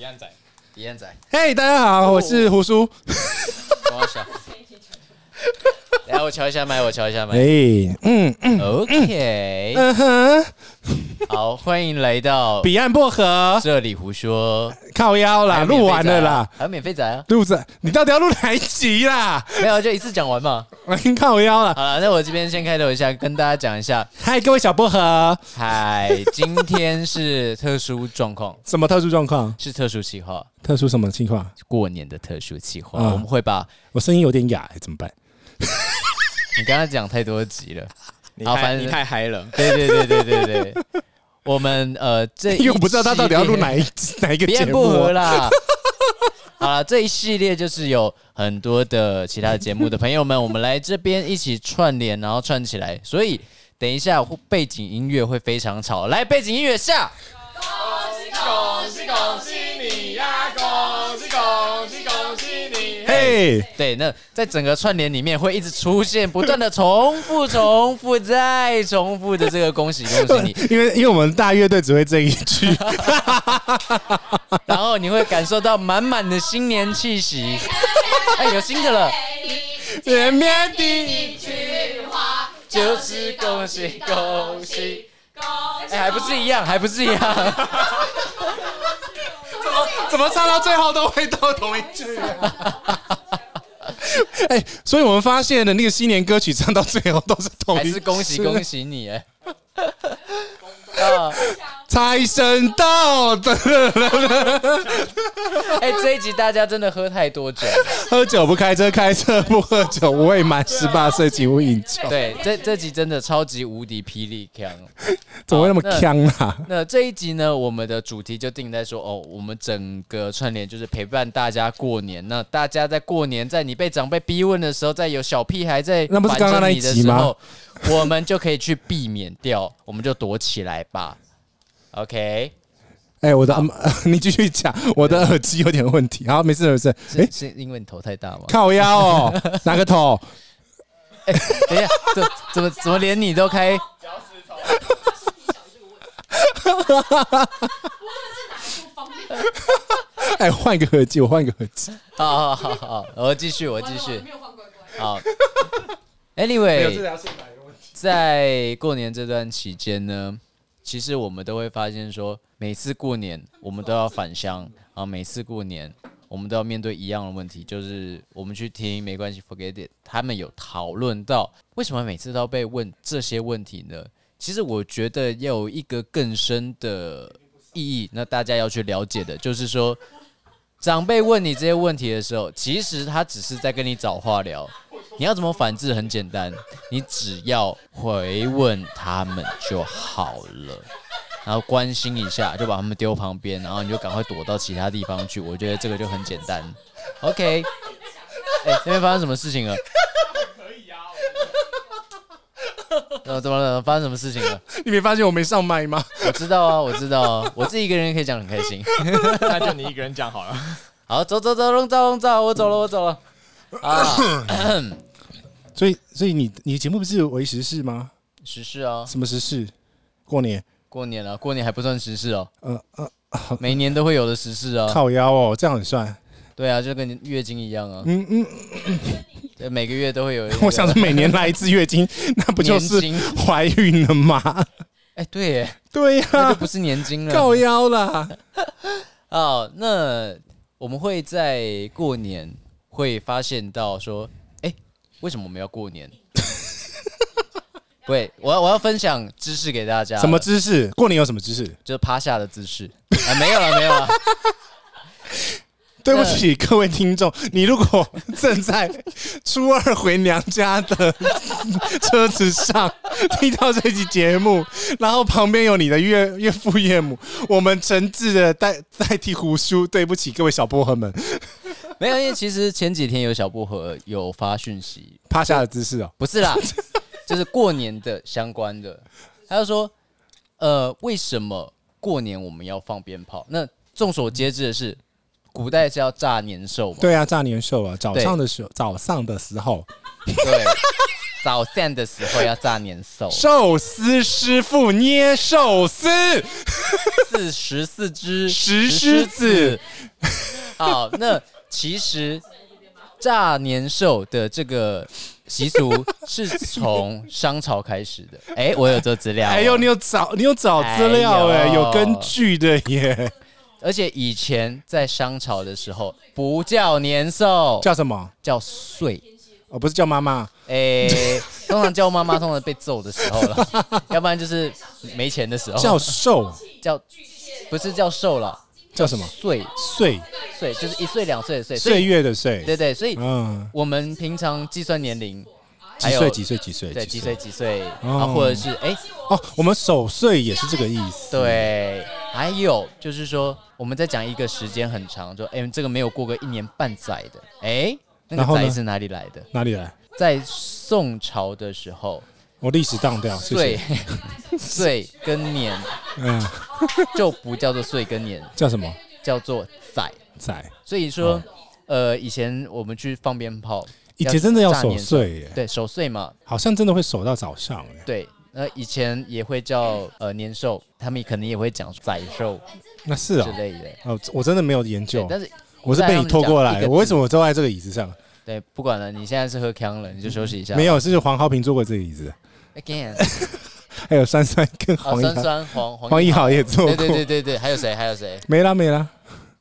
一样仔，李彦仔，嘿大家好，我是胡叔。帮我笑。 来，我瞧一下麦，我瞧一下麦。哎，嗯 OK，嗯哼，好，欢迎来到彼岸薄荷这里胡 说。靠还腰啦，有免录完费仔啊了啦，，还有免费仔啊？录着，你到底要录哪一集啦？ 没有，就一次讲完嘛。靠腰啦！好了，那我这边先开头一下，跟大家讲一下，嗨，各位小薄荷，嗨，今天是特殊状况，什么特殊状况？是特殊企划，特殊什么情况？过年的特殊企划，嗯我们会把我声音有点哑，哎怎么办？你刚刚讲太多集了，你好反太正你太嗨了，对对对对对对，我们呃这因为我不知道他到底要录哪一一集哪一个系列，节别不目合啊。啦。 好了，这一系列就是有很多的其他节目的朋友们，我们来这边一起串联，然后串起来。所以等一下背景音乐会非常吵，来背景音乐下。嘿，对，那在整个串联里面会一直出现不断的重复、重复再重复的这个恭喜恭喜 你，因为因为我们大乐队只会这一 句，然后你会感受到满满的新年气息。哎，有新的了。前面的一句话就是恭喜恭喜！恭喜哎、还不是一样，还不是一样。怎么唱到最后都会到同一句、啊？ 哎、所以我们发现了那个新年歌曲唱到最后都是同还一句，是恭喜恭喜你 哎！啊，财神到的， 哎、这一集大家真的喝太多酒了，喝酒不开车，开车不喝酒，未满十八岁请勿饮酒。对，这这集真的超级无敌霹雳强。怎么会那么好那呛啊？那这一集呢，我们的主题就定在说，哦，我们整个串联就是陪伴大家过年。那大家在过年，在你被长辈逼问的时候，在有小屁孩在那不是刚刚那一烦着你集的时吗候，我们就可以去避免掉，我们就躲起来吧。OK，哎、我的， 你继续讲，我的耳机有点问题。好，没事没事。是、哎、是因为你头太大吗？哎靠腰哦，哪个头？等一下，怎怎么怎么连你都开？哎、换一个耳机，我换一个耳机。好好好好，我继续，我继续没。有放乖乖，好没，Anyway，条是哪一个问题？在过年这段期间呢，其实我们都会发现说，每次过年我们都要返乡啊，每次过年我们都要面对一样的问题，就是我们去听没关系，Forget it，他们有讨论到为什么每次都要被问这些问题呢？其实我觉得要有一个更深的意义，那大家要去了解的，就是说。长辈问你这些问题的时候，其实他只是在跟你找话聊。你要怎么反制？很简单，你只要回问他们就好了，然后关心一下，就把他们丢旁边，然后你就赶快躲到其他地方去。我觉得这个就很简单。OK，哎、那边发生什么事情了？啊哎怎么怎么了？发生什么事情了？你没发现我没上麦吗？我知道啊，我知道啊，我自己一个人可以讲得很开心。那就你一个人讲好了。好，走走走，笼罩笼罩，我走了，我走了。啊，所以，所以你你的节目不是为时事吗？时事啊，什么时事？过年？过年了，过年还不算时事哦，呃呃，好每年都会有的时事啊。靠腰哦，这样很帅。 对啊，就跟你月经一样啊，嗯嗯， 对每个月都会有一个。 我想说每年来一次月经， 那不就是年经怀孕了吗？哎，对耶， 对呀、那就不是年经了。靠腰 啦。哦，那我们会在过年会发现到说，哎，为什么我们要过 年？对，我要我要分享知识给大家了。什么姿势？过年有什么姿势？就是趴下的姿势啊？没有了，没有了。对不起各位听众，你如果 正在初二回娘家的 车子上 听到这期节目，然后旁边有你的岳岳父岳母，我们诚挚的代代替胡叔，对不起各位小薄荷们，没有，因为其实前几天有小薄荷有发讯息，趴下的姿势哦。不是啦， 就是过年的相关的。他就说，呃，为什么过年我们要放鞭炮？那众所皆知的是，古代是要炸年兽嘛？对啊，炸年兽啊，早对上的时候，早上的时候，，对。早膳的时候要炸年兽寿司师傅捏寿司，四十四只石狮子。好，那其实炸年兽的这个习俗是从商朝开始的。哎、我有这资料、哦。哎呦，你有找你有找资料哎、哎呦有根据的耶，而且以前在商朝的时候不叫年兽，叫 叫什么？叫岁。哦，不是叫妈妈，哎、通常叫妈妈，通常被揍的时候 了，要不然就是没钱的时候。叫寿，叫不是叫瘦了，叫什么？岁岁岁就是一岁两岁的岁。所岁以月的岁，对对，所以嗯，我们平常计算年龄，几还有岁？几岁？几岁？对几岁？几岁，然后或者是哎、哦，我们守岁也是这个意思。对，还有就是说我们在讲一个时间很长，就哎、这个没有过个一年半载的，哎、那然后个呢载是哪里来的？哪里来？在宋朝的时候，我历史当掉，谢岁谢。岁 跟年嗯，就不叫做岁跟年，叫什么？叫做载。仔。所以说，呃，以前我们去放鞭炮，哦以前真的要炸守年兽，岁耶，对，守岁嘛，好像真的会守到早上哎。对。那以前也会叫呃年兽，他们可能也会讲宰兽那是之哦，类的。哦，我真的没有研对究，，但是我是被你拖过来一个的。字我为什么坐在这个椅子上？对，不管了，你现在是喝康了，你就休息一下。没有，是黄浩平坐过这个椅子， again，还有珊珊跟好，黄一哦酸豪，酸黄黄黄一一豪，豪也坐对过。对对对对，还有谁？还有谁？没啦没啦，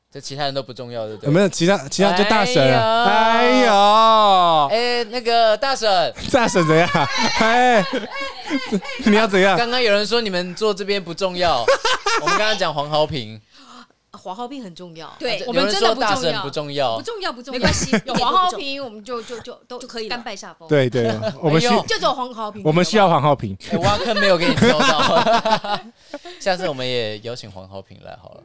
这其他人都不重要的，对不对有没有其他其他就大婶啊？哎哎呦呦，哎，那个大婶， 大婶怎样？哎，你要怎样？刚刚有人说你们坐这边不重要， 我们刚刚讲黄豪平，黄浩平很重要，对，有我们人真说的不大重婶要，不重要不，重要，不重要，没关系有一点都黄不浩重平，我们就就就都就可以了甘拜下风。，对对，我们需哎呦就走黄浩平，我们需要黄浩平。哎挖坑没有给你挑到， 下次我们也邀请黄豪平来好了，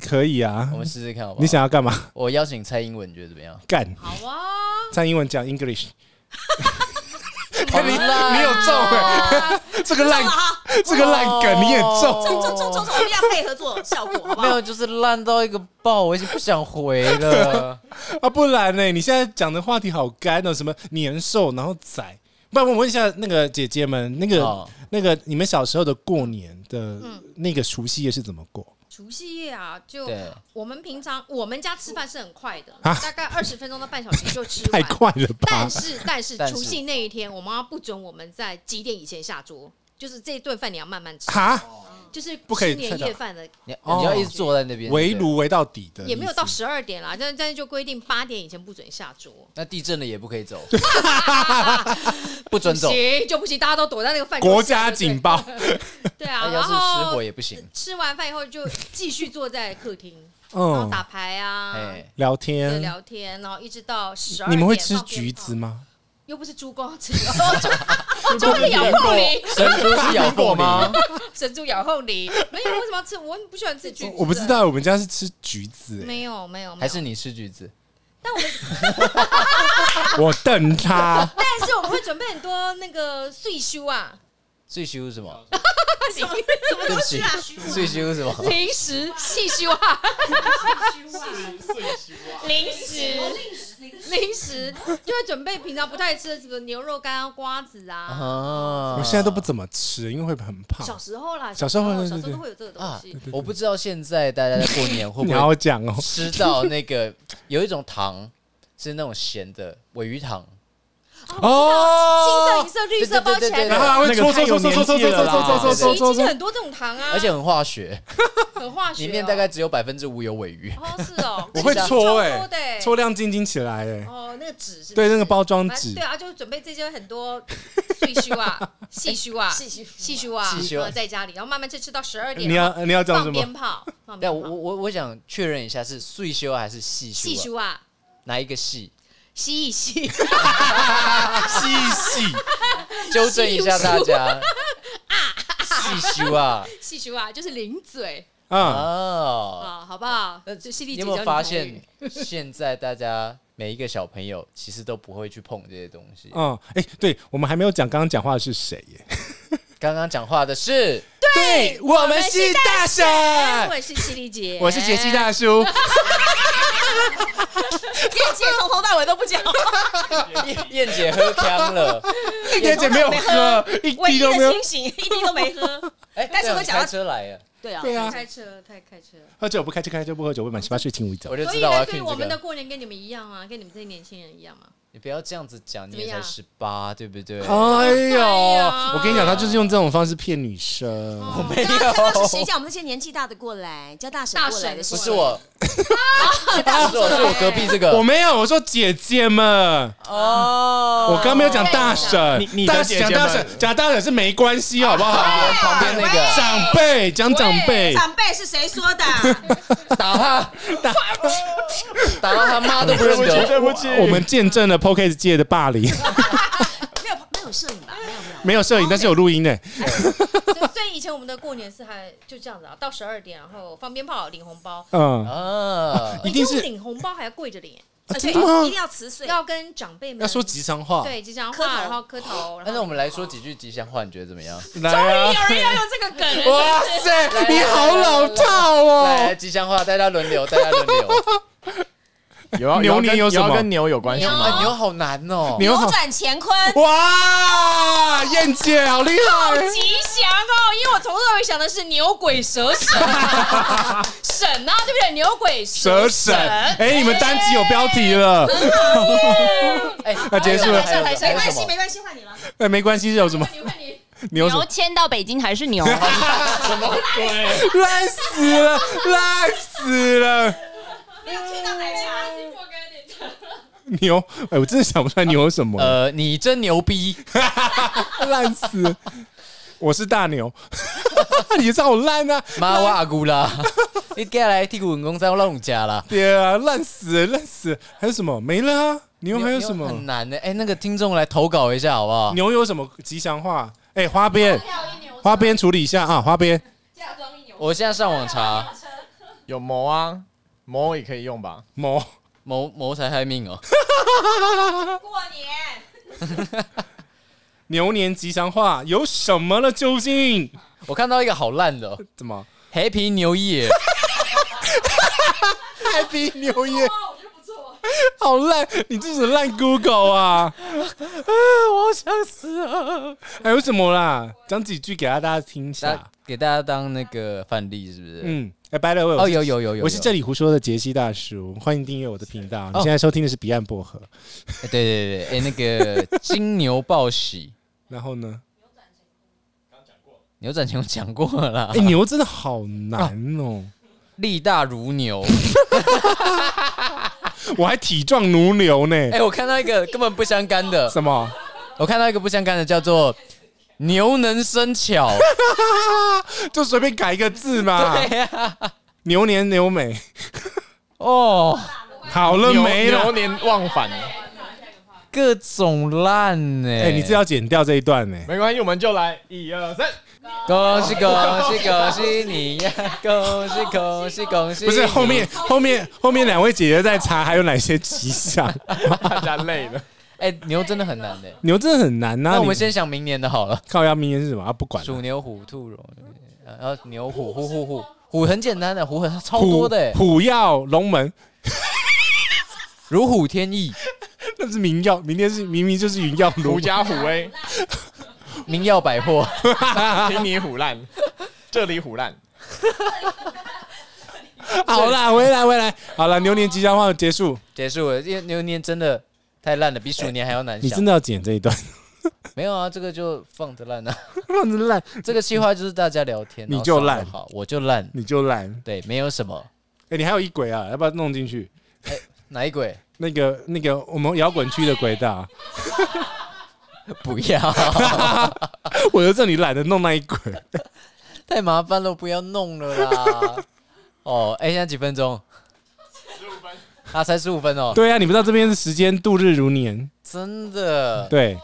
可以啊我，们试试看好不好？你想要干嘛？我邀请蔡英文，你觉得怎么样？干，好啊，在英文讲 English，好 啊你啦你有中哎，这个烂啊好， 这个烂梗你也中，冲冲冲冲冲，我们要配合做效果，好不哦没好有，？就是烂到一个爆，我已经不想回 了。啊，不然呢？你现在讲的话题好干哦，什么年兽，然后仔。不然我问一下那个姐姐们，那个、哦那个你们小时候的过年的嗯那个除夕夜是怎么过？除夕夜啊，就对我们平常我们家吃饭是很快的，啊大概二十分钟到半小时就吃太完。快了 吧但！是但是但是除夕那一天，我妈不准我们在几点以前下桌，就是这一顿饭你要慢慢吃，哈，就是不可以吃年夜饭的，你哦你要一直坐在那边围。对不对炉围到底的，也没有到。十二点啦，但但是就规定八点以前不准下桌，那地震了也不可以走， 不准不走。行就不行，大家都躲在那个饭桌哦国下家对不对警报对那啊，哎要是然失后火也不行。吃完饭以后就继续坐在客厅，然后嗯，打牌啊，哎，聊对天，聊天，然后一直到十二。你们会吃橘子？吗？又不是猪光吃， 猪猪是咬后梨，神猪是咬过吗？神猪咬后梨。没有，为什么要吃？我很不喜欢嗯吃橘子。我不知。道，我们家是吃橘子、欸，没有没有，没有啊还是你吃橘子？我 瞪他，但是我们会准备很多那个碎修啊，最羞是什么？什么什么对不起，最羞是什么？零食细修啊， 零食 零食就会准备平常不太吃的什么牛肉干啊、瓜子啊。啊我现在都不怎么吃，因为会很胖。小时候啦，小时时候候对对小时候对都会有这个东啊西，！我不知道现在大家在过年会你不好会讲哦，吃到那个有一种糖是那种咸的尾鱼糖，青色、哦银，色、绿色包起来对对对对对然后的，哎还会那个搓太搓搓有搓搓搓年纪搓了啦搓搓洗搓衣搓机搓，很多这种糖啊，而且很化学，很化学哦。里面大概只有百分之五有尾鱼。哦是哦，我会搓哎、超多的欸搓亮晶晶起来哎、哦，那个纸是不是对那个包装反正纸对，啊，就准备这些很多 碎须啊、细须啊、细细细须啊，哎细须然后在家里，然后慢慢吃吃到十二点，你要你要讲什放 么鞭？炮，放但鞭我炮，我我想确认一下是碎修还是细细修啊？须啊，哪一个细？吸一吸， 细细，纠正一下大家。细修啊！细须啊，就是零嘴嗯，哦，啊，好不好？那就犀利你姐有教没有你发台现语？现在大家每一个小朋友其实都不会去碰这些东西？嗯，哎、对我们还没有讲刚刚讲话的是谁耶？刚刚讲话的是对，我们是大婶，哎 我是犀利姐，我是杰西大叔，燕姐从头到尾都 不讲，燕燕姐喝呛了，燕姐没有喝，一唯滴一都的没有清 醒，一滴都没喝。哎、但是对我你讲到开车来了，对啊，对啊，开车太开车了。喝酒不开车，开车不喝酒，未满十八岁请勿饮酒我。就所知以道我要呢，所听以我这们的个。过年跟你们一样啊，跟你们这些年轻人一样啊嘛。你不要这样子讲，你怎么也才样十八，对不对？哎呦，呀我跟你讲，他就是用这种方式骗女生。没有，是谁叫我们这些年纪大的过来，叫大婶过来大的？不婶是我，不是我，是我隔壁这我个。没有，我说姐姐们，哦我刚没有讲大婶，你你的大姐婶姐讲们大婶，讲大婶是没关系，好不哦好？旁边那个长辈讲长辈，长辈是谁说 的？打他，打到他妈都不认得。不起我们见证了 p o c a s t 界的霸凌，没有没有摄影吧？没有没有。 没有摄影，但是有录音呢。所以所以以前我们的过年是还就这样子啊，到十二点，然后放鞭炮、领红包，嗯，啊，一定就是领红包还要跪着领，而且真的吗一定要辞岁，要跟长辈们要说哎吉祥话，对吉祥磕头话，然后磕头。那然那后我们来说几句吉祥话，你觉得怎么样？来啊！有人要用这个梗了，哇塞来，你好老套来哦来！吉祥话，大家轮流，大家轮流。有啊牛要跟年有什么要跟牛有关系牛吗？啊，牛好难哦。牛好扭转乾坤，哇，燕姐好厉好害！吉祥哦！因为我从头到尾想的是牛鬼 蛇神，神啊，对不对？牛鬼蛇神，神，哎，你们单集有标题了，哎，那结束了还有还有没还有关什系么没关系，换你了。哎，没关系，有什么你看你，牛什么？迁到北京还是牛？啊烂死了，烂死了！没有听到奶茶。牛，哎、我真的想不出来牛有什么，呃，你真牛逼！呃烂、死！我是大牛， 你这好烂啊！妈，我阿姑啦，你过来替我公司我弄家啦。对啊，烂死了，烂死了！还有什么没了啊？牛还有什很么？难呢？哎，那个听众来投稿一下好不好？牛有什么吉祥话？哎、花边，花边处理一下啊！花边，我现在上网查有谋啊，谋也可以用吧？某谋谋财害命哦。 过年牛年吉祥话有什么了？究竟我看到一个好烂的哦怎么，Happy New Year， ？Happy New 哎 Year！好烂，你这是烂 Google 啊！我好想死啊！还哎有什么啦？讲几句给大家听一那下。给大家当那个范例是不是？嗯，哎、b y the way，哦，我是有有有有，我是有这里胡说的杰西大叔，欢迎订阅我的频道。你哦现在收听的是《彼岸薄荷》，哎对对对，哎，那 个金牛报喜，然后呢？牛展前我讲过了啦 哎、，牛真的好难哦，力大如牛。 我还体壮如牛呢。哎，我看到一个根本不相干 的，什么？我看到一个不相干的叫做“牛能生 巧就随便改一个字”，嘛。 对呀，啊牛年牛美，哦，好了牛没牛了？年忘返，各种烂呢、哎、你这要剪掉这一段呢、没关系，我们就来一二三，恭喜恭喜恭喜你呀！恭喜恭喜恭喜！不是后面后面后面两位姐姐在查还有哪些吉祥？大家累 了，哎、牛真的很难的、牛真的很难呐、啊。那我们你先想明年的好了，靠要明年是什么啊？不管了鼠牛虎兔龙，然后牛虎虎虎虎虎很简单的，虎很超虎多的、哎虎耀龙门， 如虎添翼，那是民耀，明天是明明就是云耀龙狐假虎 威，名耀百货。听你虎烂，这里虎烂，好啦，回来回来，好了，牛年吉祥话结束。结束了，因为牛年真的太烂了，比鼠年还要难哎你想。真的要剪这一段， 没有啊，这个就放着烂啊。 让人烂，这个计划就是大家聊天，你然后就商量烂好，我就烂，你就烂。对，没有什么哎、你还有一轨啊，要不要弄进去？哪一鬼那个那个，我们摇滚区的轨道， 不要，我就这里懒得弄那一轨。 太麻烦了，不要弄了 啦。哦，哎，现在几分钟？十五分啊，才十五分哦，对啊，你不知道这边是时间度日如年。真的。对，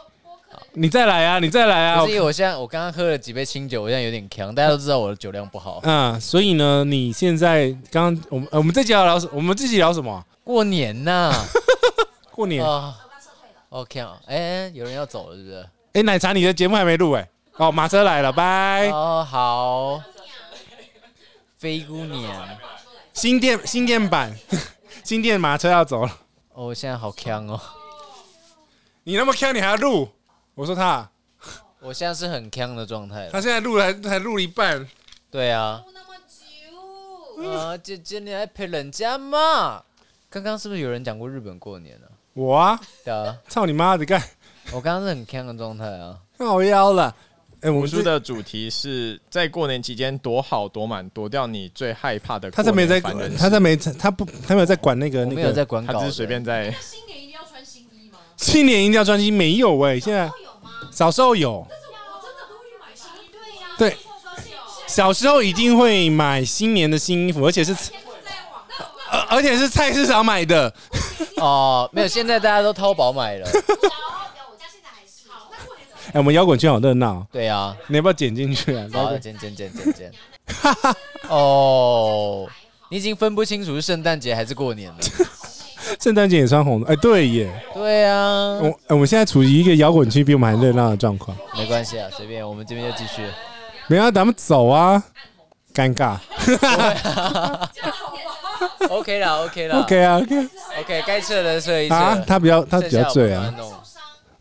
你再来啊，你再来啊不是。因为我现在我刚刚喝了几杯清酒，我现在有点强，大家都知道我的酒量不好。嗯，所以呢，你现在刚刚我们、呃我们这集要聊什，我们这集聊什么？ 过年 呐，过年。哎、啊，OK 啊，哎，有人要走了是不是？哎奶茶，你的节目还没录哎、哦，马车来了，拜。哦，好，飞姑娘，新店新店版， 新店马车要走了，哦，我现在好呛哦，你那么看你还要录？我说他，我现在是很呛的状态了。他现在录了还还录了一半，对啊，那么久，啊，姐姐你还陪人家嘛？刚刚是不是有人讲过日本过年呢、啊？我啊，对啊，操你妈的干，我刚刚是很呛的状态啊。靠腰了。哎、我们我们这书的主题是在过年期间躲好躲满，躲掉你最害怕的。他才没在，烦人事他才没他不他没有在管那个我那没有在个管他稿只的，是随便在那新年一定要穿新衣吗？新年音调专辑没有哎、现在都有吗？小时候有，但是我真的不会去买新衣，对呀，对现在都有小时候一定会买新年的新衣服，而且是呃现在在网购买而而且是菜市场买的。哦，没有，现在大家都淘宝买 了。有，我家现在还是好，那过年哎、我们摇滚圈好热闹，对啊，你要不要剪进去啊？好，剪剪剪剪 剪。哦，你已经分不清楚是圣诞节还是过 年了。圣诞节也穿红的，哎、对耶。对啊嗯我、，哎我们现在处于一个摇滚区比我们还热闹的状况。没关系啊，随便，我们这边就继 续。没有啊，咱们走啊，尴尬。 OK 啦，OK 啦 OK 啊，OK OK，该撤的撤一撤。啊，他比较他比较醉啊，剩下我们慢慢弄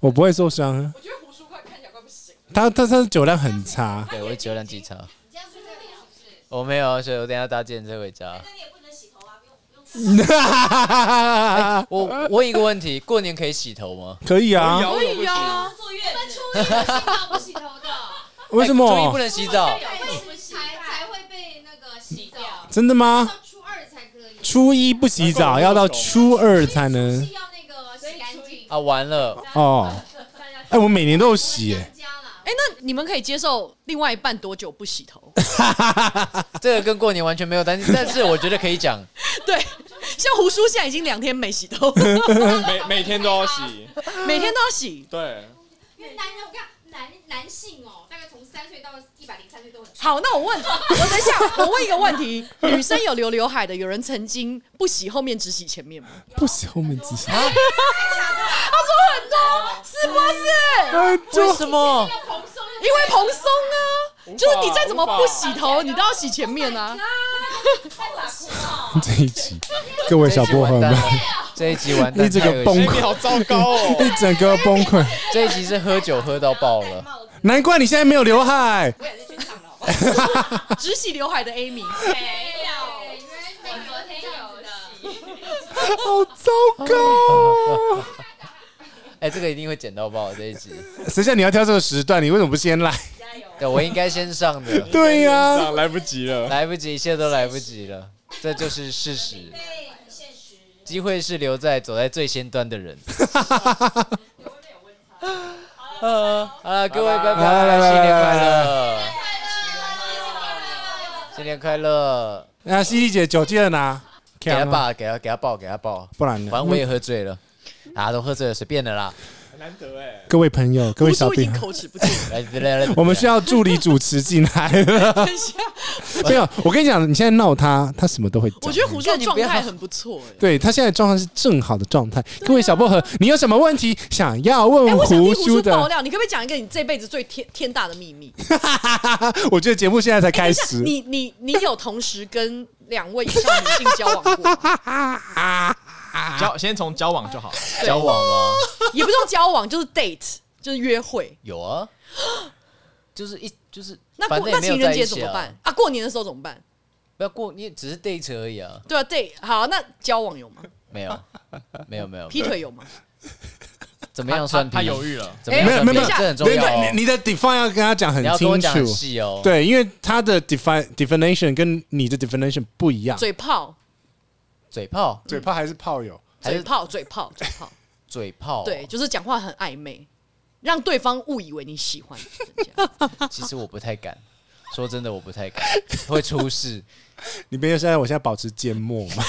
我不会受伤啊。我觉得胡叔快看起来快不行，他他他的酒量很差，对，我酒量极差，你这样睡在里是不是？我没有啊，所以我等一下搭计程车回家。那你也不能洗头啊，不用不用。我我问一个问题，过年可以洗头吗？可以啊？摇可以我啊是，坐月子，初一洗澡不洗头的，为什初一哎不么？能洗澡？不洗才才会被那个洗掉，真的吗？到初二才可以，初一不洗澡，要到初二才能是要那个洗干净。 啊，完了，哦。哎、我每年都有洗、耶。家啦，哎，那你们可以接受另外一半多久不洗头？这个跟过年完全没有担系，但是我觉得可以讲， 对，像胡叔现在已经两天没洗头，每每天都要洗，每天都要洗。对，因为男人，我跟你讲，男男性哦，大概从三岁到一百零三岁都很好，那我问，我等一下，我问一个问题：女生有留刘海的，有人曾经不洗后面只洗前面吗？不洗后面只洗。他说很多，是不是？哎为就什么？蓬松又因为蓬松啊，就是你再怎么不洗头，你都要洗前面啊。太冷酷了。这一集，各位小薄荷们，这一集完 蛋，你整个太恶崩心了哎你好糟糕哦，一整个崩溃。这一集是喝酒喝到爆了，难怪你现在没有刘海，只洗刘海的 Amy，没有，因为我昨天有洗。 好糟糕。哎，这个一定会剪到爆这一集。谁叫你要挑这个时段？你为什么不先来？对，我应该先上的， 对呀、啊来不及了。来不及，一切都来不及了，这就是事实。对，现实。机会是留在走在最先端的 人。 呃，好了，各位拜来拜，来来新年快来乐，新年快乐！那啊西西姐酒记得拿，啊给他爸，给他给他抱，给他抱，不然呢？反正我也喝醉了，嗯啊，都喝醉了，随便的啦。很难得哎，各位朋友，各胡位小叔已兵啊经，口齿不清。来来来，来我们需要助理主持进来了。等一下，没有，我跟你讲，你现在闹他，他什么都会讲。我觉得胡叔的状态很不错哎。对他现在状况是正好的状态。各位小薄荷，你有什么问题想要哎，问我想听嗯胡胡叔叔爆的？料，你可不可以讲一个你这辈子最天天大的秘密？ 我觉得节目现在才开等一下始。你你你有同时跟两位以上女性交往过吗？交先从交往就好，交往吗？也不用交往，就是 date，就是约会。有啊，就是一就是，那反过正那也没有情人在一节起怎么啊办？啊？过年的时候怎么办？不要过，你只是 date 而已啊，对啊，date 好，那交往有吗？没有，没有没有，劈腿有吗？怎么他样算他劈？犹豫了，怎么样没有算没有劈这很重 对要哦。你你的 define 要跟他讲很你要跟我清讲很楚，细哦。对，因为他的 define definition 跟你的 definition 不一啊样。嘴炮，嘴炮，嘴炮还是炮友？还嘴是炮，嘴炮，嘴炮，嘴炮、哦对，，就是讲话很暧昧，让对方误以为你喜欢 人家。其实我不太敢。说真的，我不太敢，会出事。你别现在，我现在保持缄默嘛，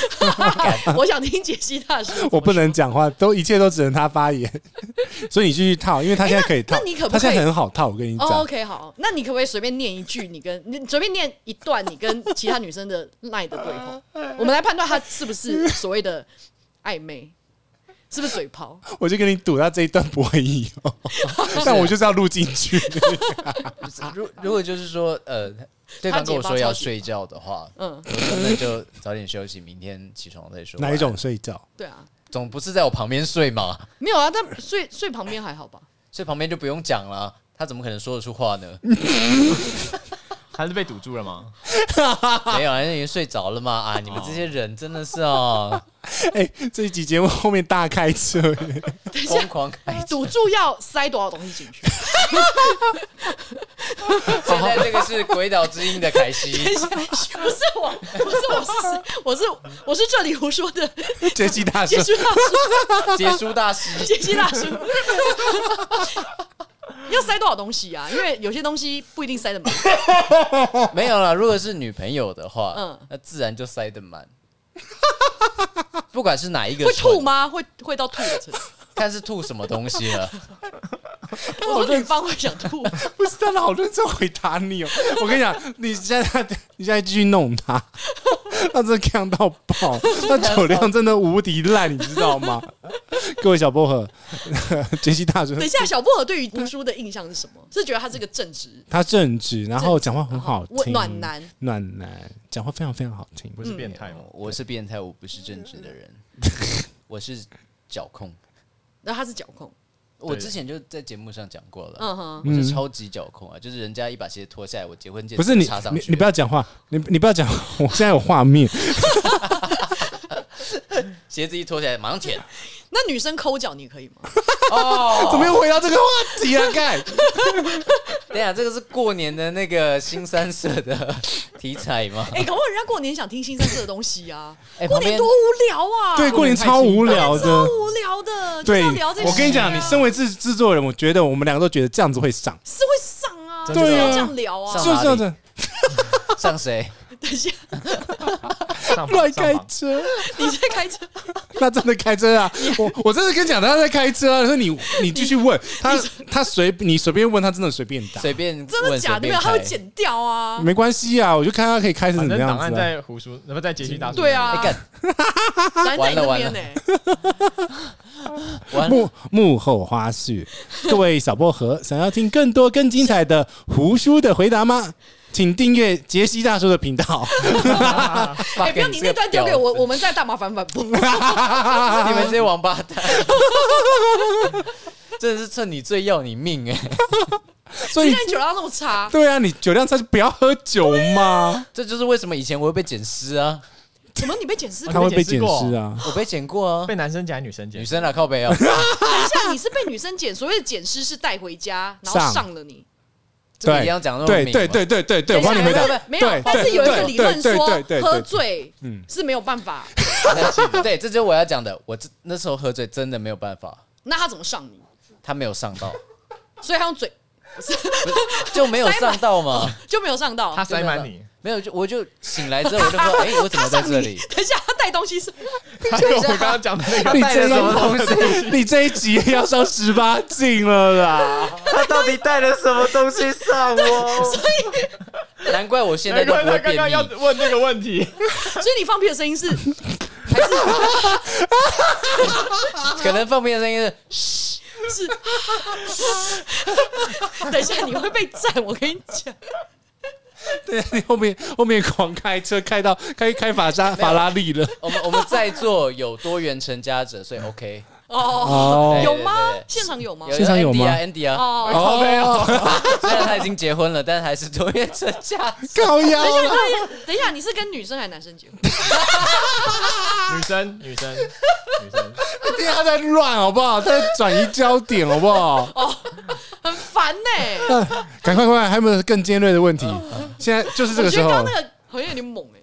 我想听解析大师 怎么说，我不能讲话，都一切都只能他发言。 所以你继续套，因为他现在可以套，那你可不可他以现在很好套，我跟你哦、o 讲。 k 好，那你可不可以随便念一句你跟你随便念一段你跟其他女生 的 line 的对话，我们来判断他是不是所谓的暧昧？是不是嘴炮？我就跟你赌，他这一段不会有， 但我就是要录进去。 如如果就是说，呃，对啊他方跟解我包说超要级睡觉的话，嗯，我说那就早点休息，明天起床再说。哎哪一种？睡觉？对啊，总不是在我旁边睡嘛，没有啊，但睡睡旁边还好吧？睡旁边就不用讲了，他怎么可能说得出话 呢？还是被堵住了吗？没有啊，那已经睡着了嘛。哦啊，你们这些人真的是哦， 哎、这一集节目后面大开车， 疯狂开车。赌注要塞多少东西进去？现在这个是《鬼岛之音》的凯 不西，是我，不是我是谁？我是我是这里胡说的杰西大叔杰，西大叔，杰叔大师。杰西大叔。要塞多少东西啊？因为有些东西不一定塞得满。没有啦，如果是女朋友的话，嗯那自然就塞得满。不管是哪一个会吐蠢？吗？会会到吐的程度？看是吐什么东西了。我说女方会想吐，不是他好认真回答你哦。 我跟你讲，你现在你现在继续弄他， 他真的呛到爆，他酒量真的无敌烂，你知道吗？各位小薄荷， 杰西大叔等一下，小薄荷对于读书的印象是什么？是觉得他是个正直，他正直，然后讲话很好温听，暖男，暖男，讲话非常非常好听。不是变态吗？我是变态，我不是正直的 人，我是脚控。然后他是脚控，我之前就在节目上讲过了，嗯哼，我是超级脚控啊，就是人家一把鞋脱下来，我结婚戒指不是你插，上你去，你不要讲话，你你不要讲话， 我现在有画面，鞋子一脱下来马上 舔。那女生抠脚你可以吗？哦，怎么又回到这个话题啊？盖， 等一下这个是过年的那个新三社的题材 吗？哎、搞不好人家过年想听新三色的东西啊，哎过旁年边多无聊 啊，对，过年超无聊超的。无聊的，就对，是要聊这些啊、我跟你讲，你身为制制作人，我觉得我们两个都觉得这样子会上，是会上啊，真就的是要对啊这样聊啊上。就哪里是这样子像谁？等一下，上乱房开上房车。 你在 开车，他真的开车啊！我我真的跟你讲，他在开车啊。说你你继续问他，他随你随便问他，真的随便答，随便真的问假随的？没有，便他开嗯会。剪掉啊。没关系啊。我就看他可以开成反怎么正样档子、啊。案在胡叔，呃那不在杰西大叔。对，啊哎，干男在你那完了 边呢，完幕幕后花絮，各位小薄荷，想要听更多更精彩的胡叔的回答吗？请订阅杰西大叔的频道。 哎，不要你那段丢给，我，我们再大麻烦 反驳。fuck 你啊这个婊子你们这些王八 蛋，真的是趁你最要你命哎！所现以在酒量那么差，对啊，你酒量差就不要喝酒嘛，这就是为什么以前我会被剪尸啊，怎么你被检 视他过？会被被检检视过视啊。我被剪过啊，被男生夹女生夹女，生啊靠背啊，等一下，你是被女生检，所谓的检尸是带回家，然后上上了你。这个对一样讲那种对名对嘛对对对对，我等帮一你下回答没有。没有没对有，但是有一个理论对对对对说，对喝对醉嗯是没有办法。对，这就是我要讲的。我这那时候喝醉，真的没有办法，那他怎么上你？他没有上 到，所以他用嘴就没有上到嘛，就没有上到。他塞满你，没有就我就醒来之后，我就说，哎、我怎么在这 里？等一下，他带东西是 还有我啊刚刚讲的那个你带了这什么东西？ 你这一集要上十八禁了啦！他到底带了什么东西上啊我？所以难怪我现在 难就怪不他会刚便刚要秘。问这个问 题，所以你放屁的 声音是，可能放屁的声音是，等一下你会被占，我跟你讲，对，啊你后面后面狂开车开到开开法拉法拉利了，我们我们在座有多元成家者，所以 OK。哦哦，有吗对对对？现场有吗？现哦场有吗 Andy 啊，Andy 啊，哦，哦，没有， 虽然他已经结婚了，但还是多元成家者。高腰啊等一了下，等一下，等一下，你是跟女生还是男生结婚？女生女生女生，一定要在乱好不好？在转移焦点好不好？很烦呢。赶快快快，还有没有更尖锐的问题？现在就是 这我个觉时得刚刚候那，个好像有点猛哎，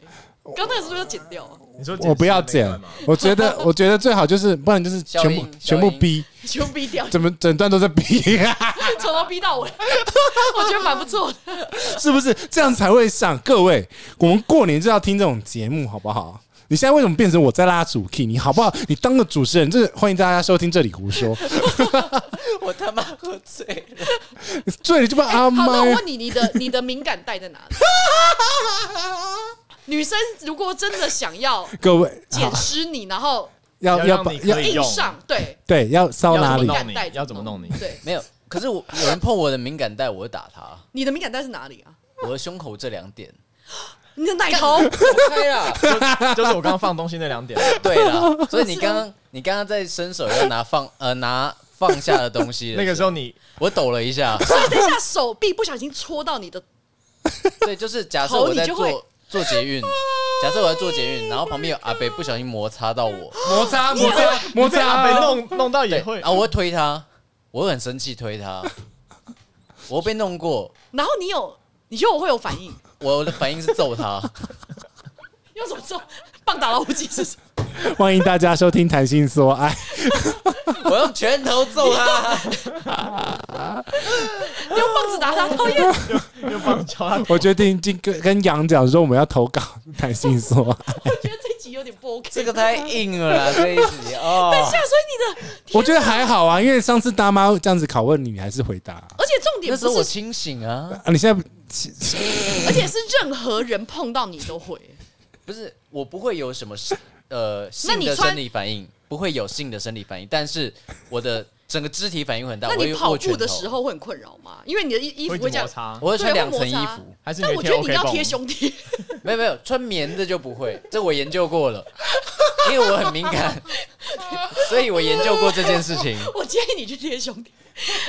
刚刚那个是不是要剪 掉 啊？你说我不要解剪释那一段吗，我觉得我觉得最好就是，不然就是消全音部消全部音逼，全部逼掉， 怎么整段都在逼、从头逼到 尾，我觉得蛮不错的。是不是这样才会上？各位，我们过年就要听这种节目，好不好？你现在为什么变成我在拉主 key？你好不好？你当个主持人，这欢迎大家收听这里胡说，我他妈喝醉了，这里就把 阿好，妈那我问你，你的你的敏感带在哪 里？女生如果真的想要各位检视你，然后要要要让把你要可以硬用，上，对对要烧要哪怎里么？敏弄感带你？要怎么弄你？对，没有，可是我有人碰我的敏感带，我会打他。你的敏感带是哪里啊？我的胸口这两点，你的奶头， 走开啦！就是我刚刚放东西那两点，对 啦，所以你刚刚你刚刚在伸手要拿放呃拿放下的东西的，那个时候你我抖了一下。所以等一下手臂不小心戳到你的，对，就是假设头我你在就做做捷运，假设我在做捷运，然后旁边有阿北不小心摩擦到 我，摩擦摩擦摩这样擦被弄弄到对，也会然，后我会推他，我会很生气推他，我被弄过，然后你有，你觉得我会有反应？我的反应是揍他。用什么做？棒打老虎机是什么？欢迎大家收听《谈心说爱》， 我用拳头揍他， 用棒子打他，讨厌。又帮教他我决定今跟跟羊讲说我们要投稿《谈心说爱》，我觉得这集有点不 OK。这个太硬了 啦，这一集哦。等一下，所以你的，我觉得还好啊，因为上次大妈这样子拷问你，你还是回答啊。而且重点那时候不我是，清醒啊，啊你现在而且是任何人碰到你都会。不是我不会有什么是呃那性你的穿生理反应，不会有性的生理反应，但是我的整个肢体反应会很大。那我你会跑握拳步的头时，候会很困扰吗？因为你的衣衣服会一会直摩这样，擦，我会对穿会两层摩衣擦服，还是但你我的觉天 OK 得你要绷贴胸贴，没有没有穿棉的就不会，这我研究过了， 因为我很敏 感，所以我研究过这件事情。 我建议你去贴胸贴。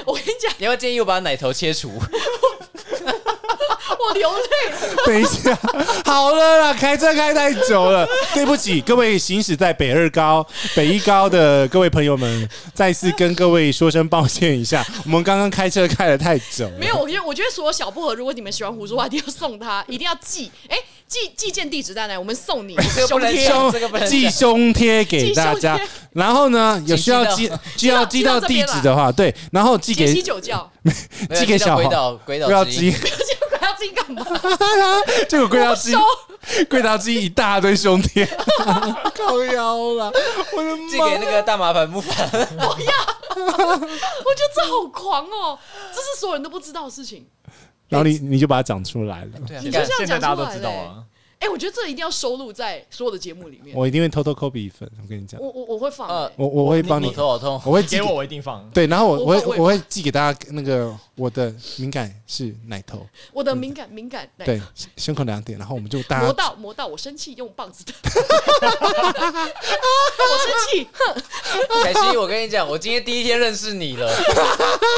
我跟你讲，你要建议我把奶头切除？我流泪了。等一下， 好了啦，开车开太久了，对不起，各位行驶在北二高、北一高的各位朋友们，再次跟各位说声抱歉一下，我们刚刚开车开的太久了没。有，我觉得我觉得所有小薄荷，如果你们喜欢胡说话，一定要送他，一定要寄。哎，寄寄件地址在哪？我们送你这个不胸能 贴。笑这个不能寄讲胸贴给大寄胸家贴，然后呢，有需要寄需要寄到地址的话，对，然后寄杰西给酒窖， 没有寄给小寄黄，到鬼岛不鬼要岛之寄 音，，结果要自己干嘛？结果柜我到收寄，柜到寄一大堆胸贴， 靠腰了，我的寄妈给！那个大麻烦木法。我觉得这好狂哦，这是所有人都不知道的事情。然后你你就把它讲出来了，对啊，你你就看这，样现在大家都讲出来知道嘞啊。哎、我觉得这一定要收录在所有的节目里面。我我一定会偷偷 copy 一份，我跟你讲，我我会放、呃哎我我会帮我你，头好痛。我会寄给我，我一定放。对，然后我我我我会我会寄给大家那个我的敏感是奶头，我的敏感敏感嗯带对，胸口两点，然后我们就大磨家到磨到，我生气用棒子打，我生气，哼， 凯西，我跟你讲，我今天第一天认识你了，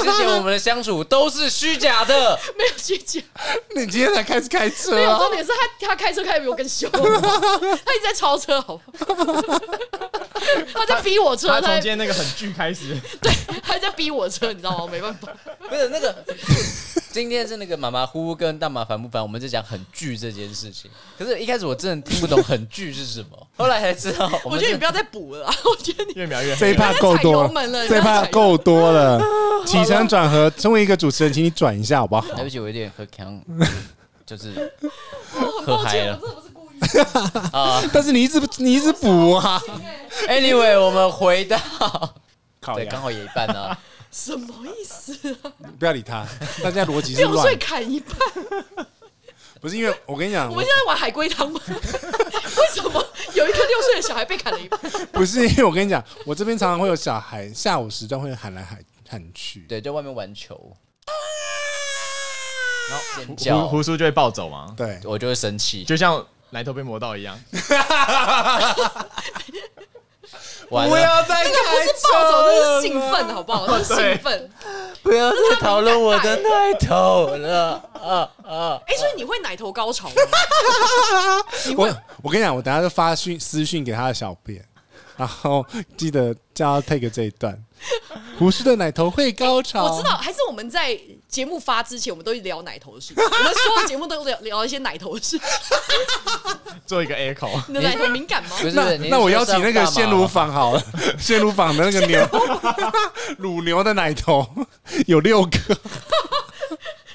之前我们的相处都是虚假的。没有学姐，你今天才开始开车没有啊，重点是他他开车开的比我更凶，他一直在超车，好不好？他在逼我车，他他从今在天那个很剧开 始，他在逼我车，你知道吗？我没办法，不是那个，今天是那个马马虎虎跟大马烦不烦，我们在讲很剧这件事情。可是，一开始我真的听不懂很剧是什么，后来才知道我 我们觉是得你不要再补了啊，我觉得你越描越这一黑。趴够多不要再踩油门这一了不要趴再踩油门够多了。 起承转合，身为一个主持人，请你转一下好不 好？对不起，我有点喝呛，就是我很喝抱嗨歉，了我真的不是故意。啊。但是你一直你一直补啊， Anyway，我们回到靠对，刚好也一半啊。什么意思、啊？不要理他，大家逻辑是六乱岁的，砍一半，不是因为我跟你讲，我们现在玩海龟汤吗？ 为什么有一个六岁的小孩被砍了一半？不是因为我跟你讲，我这边常常会有小孩下午时段会喊来喊喊去，对，在外面玩球，然后尖胡叫，胡叔就会暴走嘛，对，我就会生气。就像奶头被磨到一样。完了，再那不是暴走，那是兴奋，好不好？那是兴 奋。不要再讨论我的奶头了 啊啊！哎、所以你会奶头高潮吗？我我跟你讲，我等下就发讯私讯给他的小编，然后记得叫他 take 这一段。胡须的奶头会高潮，我知道，还是我们在节目发之前，我们都聊奶头的事情。 我们所有节目都聊聊一些奶头的事情。做一个 echo，你的奶头敏感 吗？不是，那你是那我说邀请那个上鲜大乳麻坊好了，鲜乳坊的那个牛 乳牛的奶头有六个，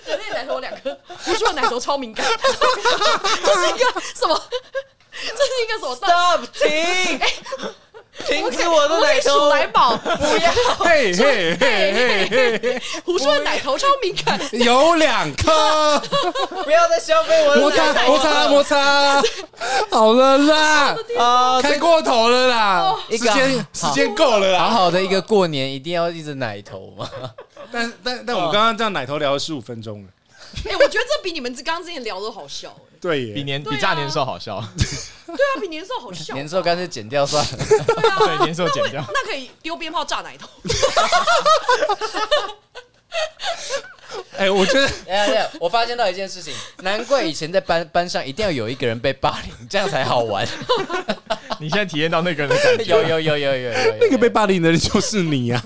人类奶头有两颗，我说的奶头超敏 感，这是一个什么？这是一个什么道理？ Stop！停！停停止我的奶鼠头，来 宝，不要！嘿嘿嘿嘿嘿，胡说的奶头超敏感，有两颗，不要再消费我的 摩奶擦头摩擦摩擦，好了啦，啊！开过头了啦，哦一时个间时好间够了好啦。好的一个过年，一定要一直奶头嘛？但但但我们刚刚这样奶头聊了十五分钟了，哎、我觉得这比你们刚刚之前聊的好笑、哎对比耶，年比对啊炸年兽好笑，对啊，比年兽好笑，年兽干脆剪掉算了。 对年兽剪掉。那可以丢鞭炮炸奶头，哎，我觉得 哎呀，等一下我发现到一件事情， 难怪以前在班班上一定要有一个人被霸凌，这样才好 玩。你现在体验到那个人的感觉，有有有有有有有， 那个被霸凌的人就是你啊！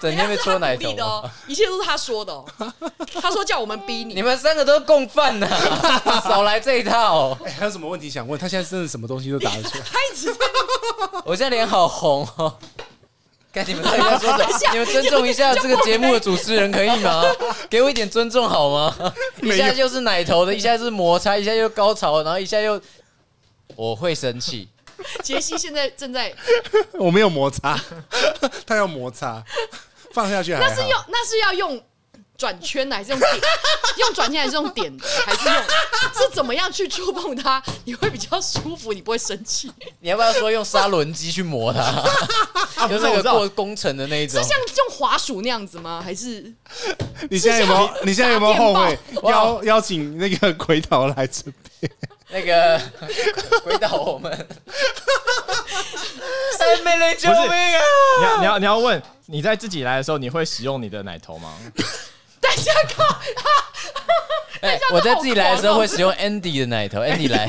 整天被戳奶鼓 头励的。哦，一切都是他说的哦，他说叫我们逼你你，们三个都是共犯呐、 少来这一套！哎，还有什么问题想问？他现在真的什么东西都答得出来。他一直在我现在脸好红哦。看你们大家说等一下 的，你们尊重一下这个节目的主持人可以吗？给我一点尊重好吗？一没有下就是奶头的，一下是摩擦，一下又高潮，然后一下又……我会生气。杰西现在正在， 我没有摩擦，他要摩擦，放下去还好那是用那是要用转圈的还是用点？用转圈还是用点的？还是用是怎么样去触碰它，你会比较舒服，你不会生气？你要不要说用砂轮机去磨 它？就是那我个知道过工程的那一种是。像用滑鼠那样子吗？还是你现在有没有？你现在有没有后悔哦邀邀请那个鬼岛来这边？那个 回答我们， 三妹来救命啊！你要你要你要问你在自己来的时候，你会使用你的奶 头吗？大家靠？哎、这样我子在好自己来的时候狂哦会使用 Andy 的奶头，Andy 来，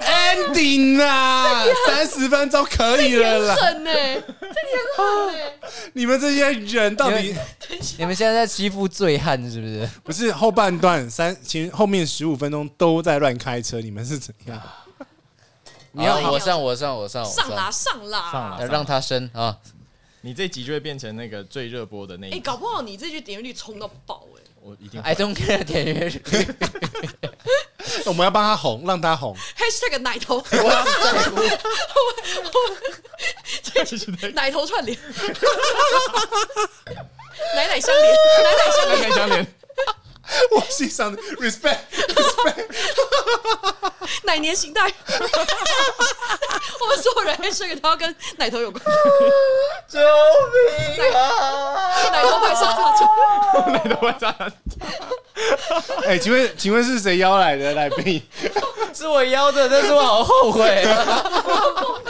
ending 啊，三十分钟可以了很啦！狠呢、你们这些人到底因为你们现在在欺负醉汉是不是？不是后半段三，其实后面十五分钟都在乱开车，你们是怎样？你要好啊我上我上我上我上啦上啦上啦要让他升啊！你这集就会变成那个最热播的那哎、一集，搞不好你这句点击率冲到爆哎、我 一定 I don't care 点阅率，我们要帮他红，让他红。 #hashtag 奶头我只在乎 奶头串联，奶奶相连，奶奶相连。开相连。 我欣赏的 respect，奶年形态，我们所有人 h a 都要跟奶头有关， 救命啊！奶头派上号角。奶头会炸弹 哎、请问请问是谁邀来的来宾？ 是我邀的，但是我好后悔啊！哦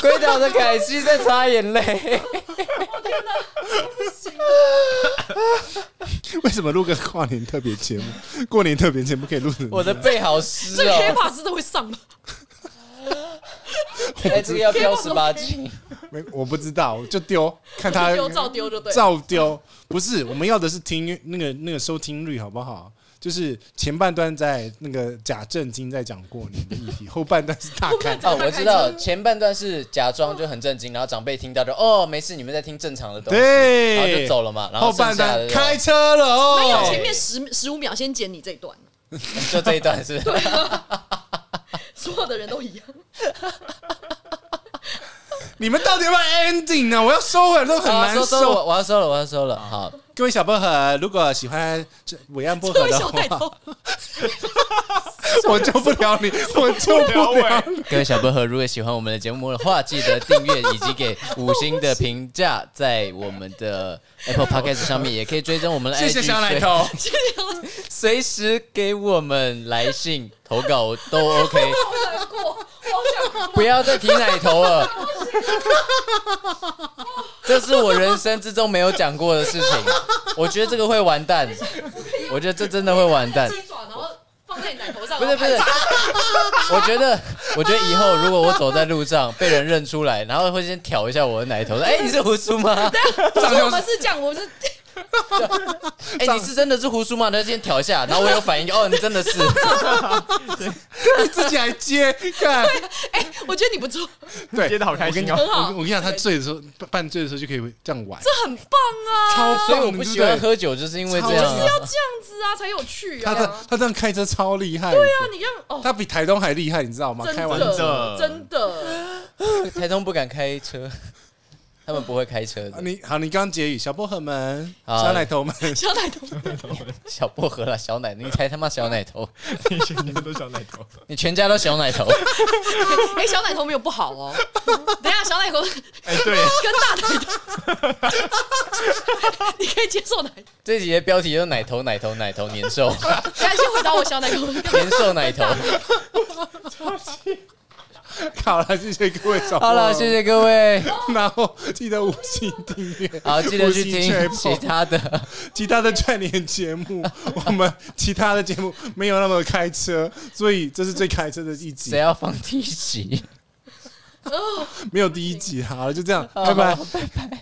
鬼岛的凯西在擦眼 泪，为什么录个跨年特别节目？过年特别节目可以录成我的背好湿这个 K 哦！怕真的会上吗？哎，这个要标十八斤。没，我不知道，就丢，看 他丢照丢就对。照丢。不是，我们要的是听那个那个收听率，好不好？就是前半段在那个假正经在讲过年的议题，后半段是大看。哦，我知道，前半段是假装就很震惊，然后长辈听到就哦没事，你们在听正常的东西，对然后就走了嘛，然后剩半下段的就开车了没有，哦，前面十十五秒先剪你这一段，就这一段 是不是，所有的人都一样。你们到底要不要 ending 啊呢？我要收尾都很好难啊收收了，受。我我要收了，我要收了，好，各位小薄荷，如果喜欢这伟岸薄各荷位的小奶话，头， 我救不了你，我救不了你。各位小薄荷，如果喜欢我们的节目的话，记得订阅以及给五星的评价，在我们的 Apple Podcast 上面也可以追踪我们的 IG，谢谢小奶头。随，随时给我们来信投稿都 OK，难过，我好想不要再提奶头了。这是我人生之中没有讲过的事情，我觉得这个会完蛋，我觉得这真的会完蛋。鸡爪，然后放在你奶头上。不是不是， 我觉得我觉得以后如果我走在路上被人认出来，然后会先挑一下我的奶头，说：“哎、你是胡叔吗然后拍照，我们是这样，我们是哎、你是真的是胡须吗？他先调一下，然后我有反应，哦，你真的是，你自己还接，看， 我觉得你不错，对接的好开我跟你心讲，哦。很好我我跟你讲，他醉的时候，半半醉的时候就可以这样玩，这很棒啊，超棒所以我不喜欢对对喝酒，就是因为这超样、啊。要这样子啊才有趣他啊。这他这样开车超厉害，对那你让哦，他比台东还厉害，你知道吗？真哦开玩笑，的的真的，台东不敢开车，他们不会开车的。啊你好，你刚刚结语，小薄荷们，好小奶头们，小奶头，小薄荷啦，小奶，你才他妈小奶头， 你全家都想奶头，你全家都小奶头。 哎，小奶头没有不好哦。等一下，小奶头跟哎，对，大奶头， 你可以接受奶。等这集的标题就是奶头奶头奶头年兽一下先回答我小奶头，年兽奶头。 好了，谢谢各位小薄荷，好了，谢谢各位，然后记得五星订阅，好记得五去星听 Apple 其他的。其他的串联节目， 我们其他的节目没有那么开车，所以这是最开车的一集谁，要啊放第一集？哦没有第一集。好了，就这样，拜拜。拜拜。